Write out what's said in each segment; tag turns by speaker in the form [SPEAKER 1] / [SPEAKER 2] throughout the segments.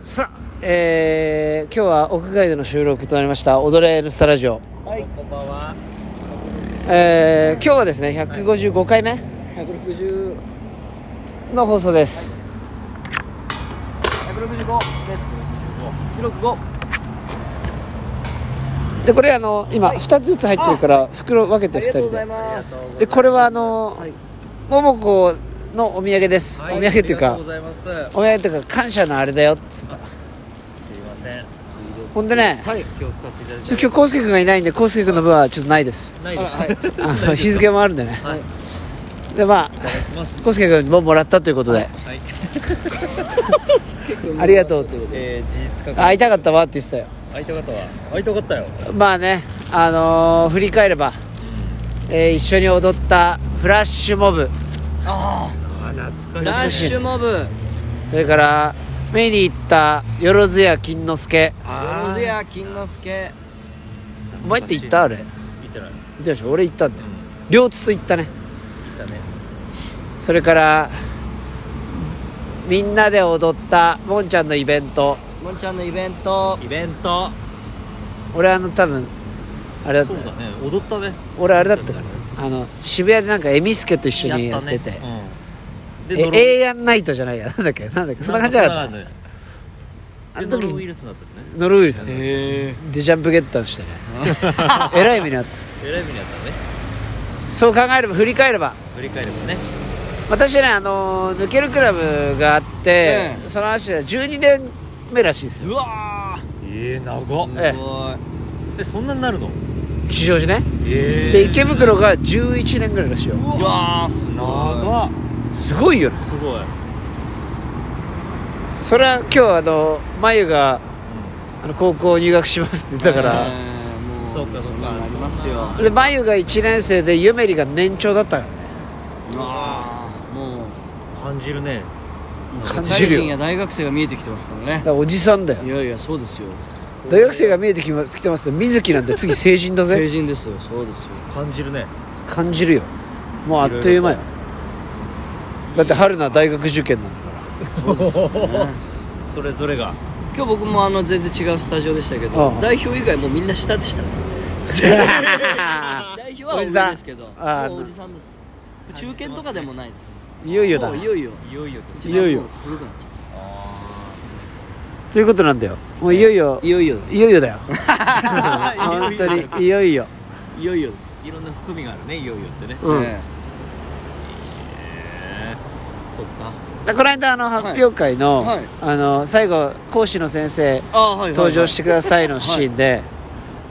[SPEAKER 1] さあ、えー今日は屋外での収録となりました「踊れ N スタラジオ
[SPEAKER 2] はい、こんばんは。」
[SPEAKER 1] えー今日はですね155回目
[SPEAKER 2] 百六十、
[SPEAKER 1] の放送です、
[SPEAKER 2] 百六十五です。一六五。
[SPEAKER 1] でこれあの今
[SPEAKER 2] はい
[SPEAKER 1] 2つずつ入ってるから袋分けて
[SPEAKER 2] あり
[SPEAKER 1] 2
[SPEAKER 2] がとう
[SPEAKER 1] 人
[SPEAKER 2] ござい
[SPEAKER 1] で
[SPEAKER 2] ます。
[SPEAKER 1] でこれはあの、
[SPEAKER 2] はい
[SPEAKER 1] 桃子のお土産です、
[SPEAKER 2] はい
[SPEAKER 1] お土産っていう
[SPEAKER 2] あ
[SPEAKER 1] か
[SPEAKER 2] りがとうございます。すい
[SPEAKER 1] お土産っていうか感謝のあれだよっつうか
[SPEAKER 2] ません。
[SPEAKER 1] ほんでね
[SPEAKER 2] はい、今日使っていただい
[SPEAKER 1] ちょ
[SPEAKER 2] て。
[SPEAKER 1] っと今日康介君がいないんで康介君の分はちょっとないです
[SPEAKER 2] ない
[SPEAKER 3] あ
[SPEAKER 2] で
[SPEAKER 3] ら
[SPEAKER 2] す。
[SPEAKER 3] はい
[SPEAKER 2] い
[SPEAKER 1] あの日付もあるんでね
[SPEAKER 2] はい、い
[SPEAKER 1] でま
[SPEAKER 2] た
[SPEAKER 1] あ
[SPEAKER 2] だきます。
[SPEAKER 1] 康介君ももらったということで、
[SPEAKER 2] はい。
[SPEAKER 1] ありがとうって
[SPEAKER 2] えー、事実確認。
[SPEAKER 1] 会いたかったわって言ってたよ
[SPEAKER 2] 会いたかったわ。会いたかったよ。
[SPEAKER 1] まあねあのー振り返れば、えー一緒に踊ったフラッシュモブ
[SPEAKER 3] あ
[SPEAKER 2] あ、懐
[SPEAKER 3] あ
[SPEAKER 1] 懐
[SPEAKER 3] ラ
[SPEAKER 1] か
[SPEAKER 3] ッ
[SPEAKER 1] しい
[SPEAKER 3] シュモブ
[SPEAKER 1] それから見に行ったよろずや金之助
[SPEAKER 3] よろずや金之助
[SPEAKER 1] お前って行ったあれ行
[SPEAKER 2] 行ってない。
[SPEAKER 1] ったでしょ俺行ったんだ
[SPEAKER 2] う
[SPEAKER 1] よ
[SPEAKER 2] ん。
[SPEAKER 1] 両津と行ったね
[SPEAKER 2] 行ったね。
[SPEAKER 1] それからみんなで踊ったもんちゃんのイベント
[SPEAKER 3] もんちゃんのイベント
[SPEAKER 2] イベント。
[SPEAKER 1] 俺あの多分あれだっ
[SPEAKER 2] そ
[SPEAKER 1] た
[SPEAKER 2] うだね。踊ったね。
[SPEAKER 1] 俺あれだったからあの渋谷でなんかえみすけと一緒にやってて、
[SPEAKER 2] たねうん。
[SPEAKER 1] え
[SPEAKER 2] ノロ
[SPEAKER 1] 永遠ナイトじゃないやなんだっけなんだっけそんな感じじゃなかっ
[SPEAKER 2] んかそんな感
[SPEAKER 1] たあ
[SPEAKER 2] じ
[SPEAKER 1] の
[SPEAKER 2] でノ
[SPEAKER 1] 時
[SPEAKER 2] ロウイルスだったね。
[SPEAKER 1] ノルウイルスだね
[SPEAKER 3] へえ
[SPEAKER 1] でジャンプゲッターして ねえらい目にあった
[SPEAKER 2] えらい目にあったね
[SPEAKER 1] そう考えれば振り返れば
[SPEAKER 2] 振り返ればね
[SPEAKER 1] 私ねあのー抜けるクラブがあって、
[SPEAKER 3] え
[SPEAKER 1] その話は12年目らしいですよ
[SPEAKER 3] うわ
[SPEAKER 2] ええ
[SPEAKER 3] ー
[SPEAKER 2] 長っ
[SPEAKER 1] え
[SPEAKER 3] すごい
[SPEAKER 2] えそんなになるの
[SPEAKER 1] 吉祥寺ね
[SPEAKER 2] え
[SPEAKER 1] で池袋が11年ぐらいらしいよ
[SPEAKER 3] うわーすごい
[SPEAKER 2] 長っ
[SPEAKER 1] すごいよね
[SPEAKER 2] すごい、
[SPEAKER 1] それは今日あのまゆがあの高校入学しますって言ってたから、
[SPEAKER 3] えーもう
[SPEAKER 2] そうかそうか
[SPEAKER 3] んなのありますよ
[SPEAKER 2] そ
[SPEAKER 1] でまゆが1年生でゆめりが年長だったからね
[SPEAKER 3] うわーもう
[SPEAKER 2] 感じるね
[SPEAKER 1] 感
[SPEAKER 3] 社
[SPEAKER 1] じ
[SPEAKER 3] 会
[SPEAKER 1] る
[SPEAKER 3] 人や
[SPEAKER 1] よ
[SPEAKER 3] 大学生が見えてきてますから
[SPEAKER 1] だ
[SPEAKER 3] ね
[SPEAKER 1] からおじさんだよ
[SPEAKER 3] いやいやそうですよ
[SPEAKER 1] 大学生が見えてきま来てますけど水木なんて次成人だぜ
[SPEAKER 3] 成人ですよそうですよ
[SPEAKER 2] 感じるね
[SPEAKER 1] 感じるよもうあっという間よだって春菜は大学受験なんだから
[SPEAKER 2] そうですよ
[SPEAKER 3] ね
[SPEAKER 2] それぞれが
[SPEAKER 3] 今日僕もあの全然違うスタジオでしたけ
[SPEAKER 1] あ
[SPEAKER 3] ど
[SPEAKER 1] あ
[SPEAKER 3] 代表以外もうみんな下でしたね代表はおじさんですけど
[SPEAKER 1] ああ
[SPEAKER 3] もうおじさんです中堅とかでもないです
[SPEAKER 1] いよいよだ
[SPEAKER 3] もういよいよ
[SPEAKER 2] いよいよです
[SPEAKER 3] 一
[SPEAKER 1] い
[SPEAKER 3] 番
[SPEAKER 1] よいよ
[SPEAKER 3] もう古くなっちゃ
[SPEAKER 2] あ
[SPEAKER 1] ということなんだよもういよいよ
[SPEAKER 3] ういよいよです
[SPEAKER 1] いよいよ だよ
[SPEAKER 2] あ
[SPEAKER 1] 本当にいよいよ
[SPEAKER 3] いよいよです
[SPEAKER 2] いろんな含みがあるねいよいよってね
[SPEAKER 1] うん、
[SPEAKER 3] え
[SPEAKER 2] へえそっか
[SPEAKER 1] でこの間あの
[SPEAKER 3] はい
[SPEAKER 1] 発表会の,、
[SPEAKER 3] はい
[SPEAKER 1] あの最後講師の先生
[SPEAKER 3] えああはい
[SPEAKER 1] 登場してく
[SPEAKER 3] だ
[SPEAKER 1] ださいのシーンで、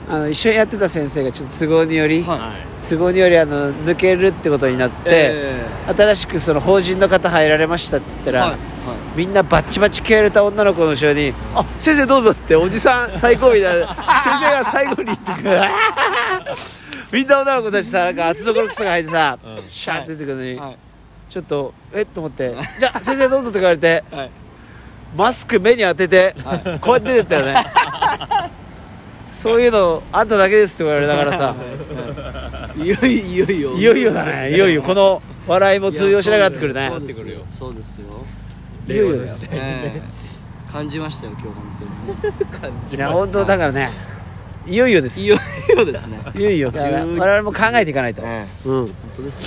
[SPEAKER 1] あの一緒にやってた先生がちょっと都合により、
[SPEAKER 3] はい
[SPEAKER 1] 都合によりあの抜けるってことになって、
[SPEAKER 3] え
[SPEAKER 1] 新しくその法人の方入られましたって言った
[SPEAKER 3] え
[SPEAKER 1] ら、
[SPEAKER 3] はいはい
[SPEAKER 1] みんなバッチバチ着られた女の子の後ろに「あ先生どうぞ」っておじさん最後尾だ先生が最後に言 ってくるみんな女の子たちさなんか厚底の靴が履いてさ、
[SPEAKER 2] うん
[SPEAKER 1] シャーって出てくるのに、
[SPEAKER 3] はい
[SPEAKER 1] ちょっとえっと思って「じゃあ先生どうぞ」って言われて
[SPEAKER 3] はい
[SPEAKER 1] マスク目に当てて、こうやって出てったよね そういうのあんただけですって言われながらさ
[SPEAKER 3] いよいよいよ
[SPEAKER 1] いよいよだねいよいよこの笑いも通用しながら作るね
[SPEAKER 3] そうですよそうですよ
[SPEAKER 1] いよいよだよ
[SPEAKER 2] 令和の時代
[SPEAKER 3] ええ感じましたよ今日本当にね
[SPEAKER 2] 感
[SPEAKER 1] い
[SPEAKER 2] じ
[SPEAKER 1] や
[SPEAKER 2] ま
[SPEAKER 1] 本当だからねいよいよです
[SPEAKER 3] いよいよですね
[SPEAKER 1] いよいよだから
[SPEAKER 3] 10
[SPEAKER 1] 我々も考えていかないと、
[SPEAKER 3] え
[SPEAKER 1] うん、
[SPEAKER 3] え本当ですね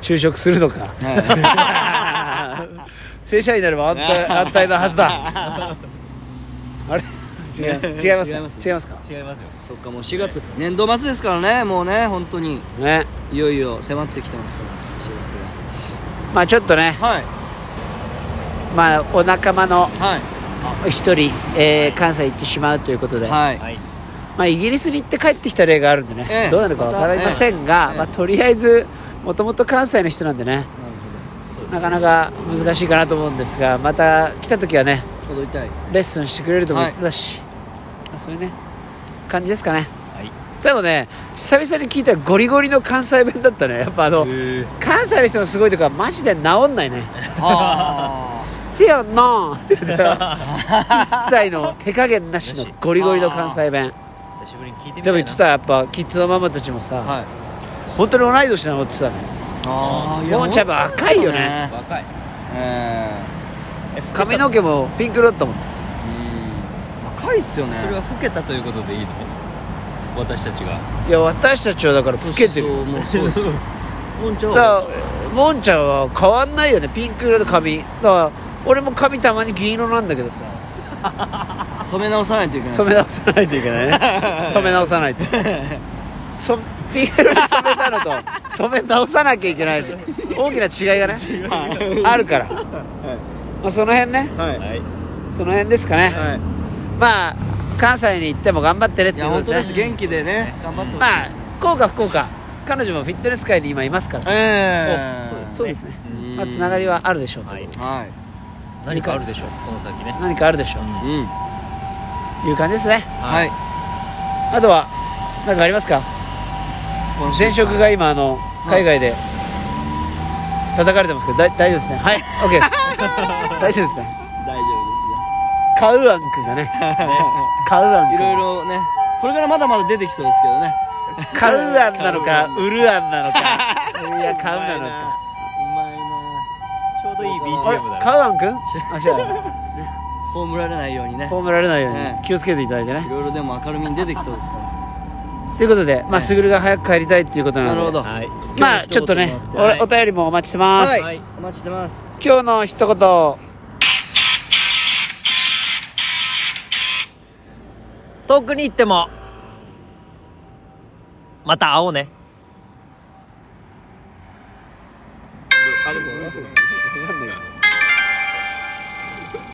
[SPEAKER 1] 就職するのか正社員になれば安 泰安泰なはずだあれ違います違います
[SPEAKER 3] 違
[SPEAKER 1] ね
[SPEAKER 3] います
[SPEAKER 1] 違いますか
[SPEAKER 2] す違いますよ
[SPEAKER 3] そっかもう4月年度末ですからねもうね本当に
[SPEAKER 1] ね
[SPEAKER 3] いよいよ迫ってきてますから4月
[SPEAKER 1] まあちょっとね
[SPEAKER 3] がはい
[SPEAKER 1] まあお仲間の
[SPEAKER 3] は
[SPEAKER 1] 一人、えー関西行ってしまうということで、
[SPEAKER 3] いはい
[SPEAKER 2] はい
[SPEAKER 1] まあ、イギリスに行って帰ってきた例があるんでね、
[SPEAKER 3] ええ
[SPEAKER 1] どうなるか分かりませんが、
[SPEAKER 3] またええ
[SPEAKER 1] まあ、とりあえずもともと関西の人なんでねなかなか難しいかなと思うんですがまた来た時はね
[SPEAKER 3] 踊りたい
[SPEAKER 1] レッスンしてくれるとも言ってたし、まあそういうね感じですかね
[SPEAKER 2] はい
[SPEAKER 1] でもね久々に聞いたらゴリゴリの関西弁だったねやっぱあの
[SPEAKER 2] へえ
[SPEAKER 1] 関西の人のすごいとこはマジで治んない ね
[SPEAKER 3] あ
[SPEAKER 1] 「せよ の」って言ったら一切の手加減なしのゴリゴリの関西弁
[SPEAKER 2] 久しぶりに聞いてみたいな
[SPEAKER 1] でも言ってたやっぱキッズのママたちもさ、
[SPEAKER 3] あはい
[SPEAKER 1] 本当に同い年なのってさ
[SPEAKER 3] ああ
[SPEAKER 1] もんちゃんも赤いよね
[SPEAKER 2] 若い
[SPEAKER 3] え
[SPEAKER 2] え服買っ
[SPEAKER 1] 髪の毛もピンクだったもん
[SPEAKER 3] えう高いっすよね
[SPEAKER 2] それは老けたということでいいの私たちが
[SPEAKER 1] いや私たちはだから老けてる
[SPEAKER 3] そうもうそうですよ
[SPEAKER 2] もんちゃん
[SPEAKER 1] だ
[SPEAKER 2] は
[SPEAKER 1] からもんちゃんは変わんないよねピンク色の髪だから俺も髪たまに銀色なんだけどさ
[SPEAKER 3] 染め直さないといけないです
[SPEAKER 1] 染め直さないといけ ないね染め直さないとそピンク色に染めたのと染め直さなきゃいけないの大きな違いがねあるから、まあ、その辺ね
[SPEAKER 3] はい
[SPEAKER 2] はい
[SPEAKER 1] その辺ですかね、
[SPEAKER 3] はい
[SPEAKER 1] まあ関西に行っても頑張ってねっ
[SPEAKER 3] い
[SPEAKER 1] てい
[SPEAKER 3] や
[SPEAKER 1] うこ
[SPEAKER 3] 本
[SPEAKER 1] と
[SPEAKER 3] 当で
[SPEAKER 1] ですすね
[SPEAKER 3] 元気でね頑張ってほしい
[SPEAKER 1] ま
[SPEAKER 3] で
[SPEAKER 1] あ
[SPEAKER 3] す、
[SPEAKER 1] 福岡福岡彼女もフィットネス界に今いますから
[SPEAKER 3] ええ
[SPEAKER 1] そうですね、
[SPEAKER 3] うん
[SPEAKER 1] まあ、つながりはあるでしょうと、
[SPEAKER 2] はい
[SPEAKER 3] はい
[SPEAKER 2] 何かあるでしょうこの先ね
[SPEAKER 1] 何かあるでしょう
[SPEAKER 2] うん
[SPEAKER 3] うん
[SPEAKER 1] という感じですね
[SPEAKER 3] はい
[SPEAKER 1] あとは何かありますか前職が今あの海外で叩かれてますけどだ大丈夫ですねはい OK です大丈夫ですね
[SPEAKER 3] 大丈夫
[SPEAKER 1] カウアン君がね
[SPEAKER 3] で すね
[SPEAKER 1] カウアン
[SPEAKER 3] い
[SPEAKER 1] 君
[SPEAKER 3] ろいろねこれからまだまだ出てきそうですけどね
[SPEAKER 1] カウアンなのかウルアンなのかいやカウ
[SPEAKER 3] うま
[SPEAKER 1] ないの
[SPEAKER 3] な
[SPEAKER 1] か
[SPEAKER 3] うまいな
[SPEAKER 2] ちょうどいい
[SPEAKER 1] あれ
[SPEAKER 2] BGM だ
[SPEAKER 1] カウアン君あ違う
[SPEAKER 3] 葬られないようにね
[SPEAKER 1] 葬られないよう
[SPEAKER 3] ね
[SPEAKER 1] に気をつけていただいてね
[SPEAKER 3] いろいろでも明るみに出てきそうですから
[SPEAKER 1] ということで、まあ、
[SPEAKER 3] ね
[SPEAKER 1] スグルが早く帰りたいっていうことなので
[SPEAKER 3] なるほど
[SPEAKER 2] はい
[SPEAKER 1] まあちょっとねお,、
[SPEAKER 2] はい
[SPEAKER 1] お便りもお待ちしてます、
[SPEAKER 2] はい
[SPEAKER 3] お待ちしてます
[SPEAKER 1] 今日の一言
[SPEAKER 2] 遠くに行ってもまた会おうね